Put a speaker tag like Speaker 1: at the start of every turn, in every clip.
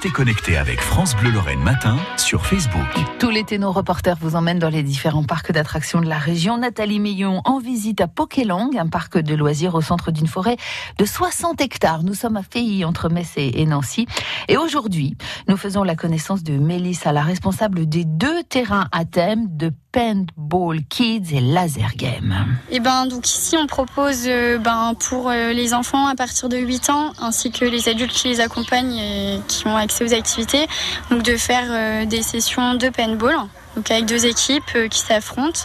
Speaker 1: Restez connectés avec France Bleu Lorraine Matin sur Facebook.
Speaker 2: Tous l'été, nos reporters vous emmènent dans les différents parcs d'attractions de la région. Nathalie Millon en visite à Pokélang, un parc de loisirs au centre d'une forêt de 60 hectares. Nous sommes à Feilly, entre Metz et et Nancy. Et aujourd'hui, nous faisons la connaissance de Mélissa, la responsable des deux terrains à thème de Paintball Kids et Laser Game.
Speaker 3: Et ben donc ici on propose euh, ben, pour euh, les enfants à partir de 8 ans ainsi que les adultes qui les accompagnent et qui ont accès aux activités donc de faire euh, des sessions de paintball donc avec deux équipes euh, qui s'affrontent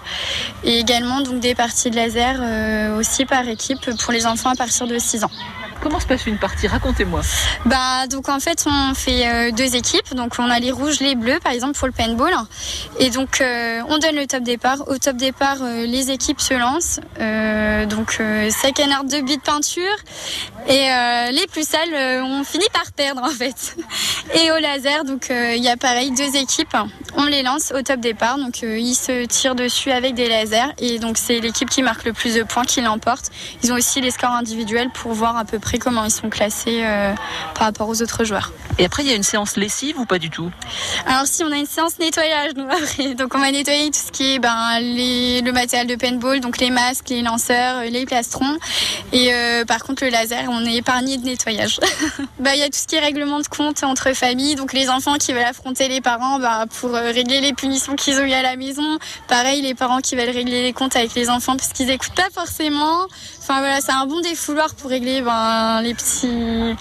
Speaker 3: et également donc des parties de laser euh, aussi par équipe pour les enfants à partir de 6 ans.
Speaker 4: Comment se passe une partie Racontez-moi.
Speaker 3: Bah donc en fait on fait euh, deux équipes donc on a les rouges les bleus par exemple pour le paintball et donc euh, on donne le top départ au top départ euh, les équipes se lancent Euh, donc euh, ça canarde deux billes de peinture et euh, les plus sales euh, on finit par perdre en fait et au laser donc euh, il y a pareil deux équipes on les lance au top départ donc euh, ils se tirent dessus avec des lasers et donc c'est l'équipe qui marque le plus de points qui l'emporte ils ont aussi les scores individuels pour voir à peu près comment ils sont classés euh, par rapport aux autres joueurs.
Speaker 4: Et après, il y a une séance lessive ou pas du tout
Speaker 3: Alors si on a une séance nettoyage, nous, après, donc on va nettoyer tout ce qui est ben, les- le matériel de paintball, donc les masques, les lanceurs, euh, les plastrons. Et euh, par contre le laser, on est épargné de nettoyage. Bah, Il y a tout ce qui est règlement de compte entre familles, donc les enfants qui veulent affronter les parents bah, pour euh, régler les punitions qu'ils ont eues à la maison. Pareil, les parents qui veulent régler les comptes avec les enfants parce qu'ils n'écoutent pas forcément. Enfin voilà, c'est un bon défouloir pour régler ben, les petits...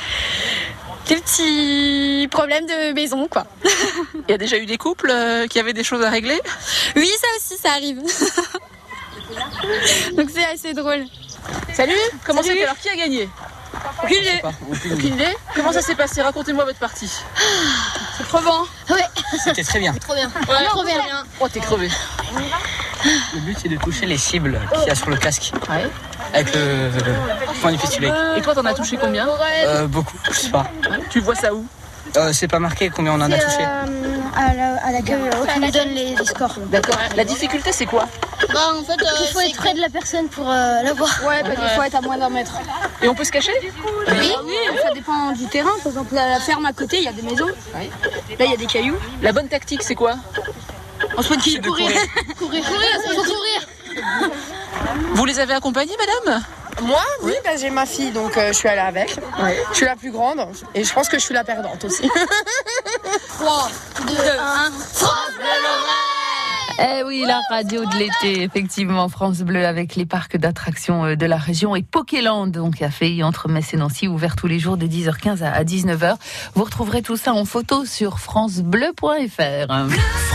Speaker 3: Les petits problèmes de maison, quoi.
Speaker 4: Il y a déjà eu des couples euh, qui avaient des choses à régler
Speaker 3: Oui, ça aussi, ça arrive. Donc c'est assez drôle.
Speaker 4: Salut Comment
Speaker 3: Salut.
Speaker 4: c'était Alors, qui a gagné
Speaker 3: Aucune idée.
Speaker 4: Aucune idée. Comment ça s'est passé Racontez-moi votre partie. C'est crevant.
Speaker 3: Ouais.
Speaker 5: C'était très bien.
Speaker 3: Trop bien.
Speaker 4: Ouais.
Speaker 3: Trop bien.
Speaker 4: Oh, t'es crevé.
Speaker 5: Le but c'est de toucher les cibles qu'il y a sur le casque.
Speaker 4: Ouais.
Speaker 5: Avec le, le point du pistolet.
Speaker 4: Et toi, t'en as touché combien
Speaker 5: Euh, beaucoup, je sais pas.
Speaker 4: Tu vois ça où
Speaker 5: Euh, c'est pas marqué combien on en a touché.
Speaker 6: Euh, à la, à la queue, euh, on nous donne les, les scores.
Speaker 4: D'accord. La difficulté, c'est quoi
Speaker 6: Bah, en fait, il faut être près de la personne pour euh, la voir.
Speaker 7: Ouais, parce qu'il faut être à moins d'un mètre.
Speaker 4: Et on peut se cacher
Speaker 7: Ah Oui, ça dépend du terrain. Par exemple, la la ferme à côté, il y a des maisons. Là, il y a des cailloux.
Speaker 4: La bonne tactique, c'est quoi
Speaker 7: On se peut
Speaker 5: C'est de courir.
Speaker 7: courir, courir,
Speaker 4: Vous les avez accompagnés, madame
Speaker 8: Moi, oui, bah, j'ai ma fille, donc euh, je suis allée avec. Je suis la plus grande et je pense que je suis la perdante aussi.
Speaker 2: Eh oui, la radio de l'été, effectivement, France Bleu avec les parcs d'attractions euh, de la région et Pokéland, donc à Feilly entre Metz et Nancy, ouvert tous les jours de 10h15 à à 19h. Vous retrouverez tout ça en photo sur francebleu.fr.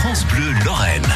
Speaker 1: France Bleu Lorraine.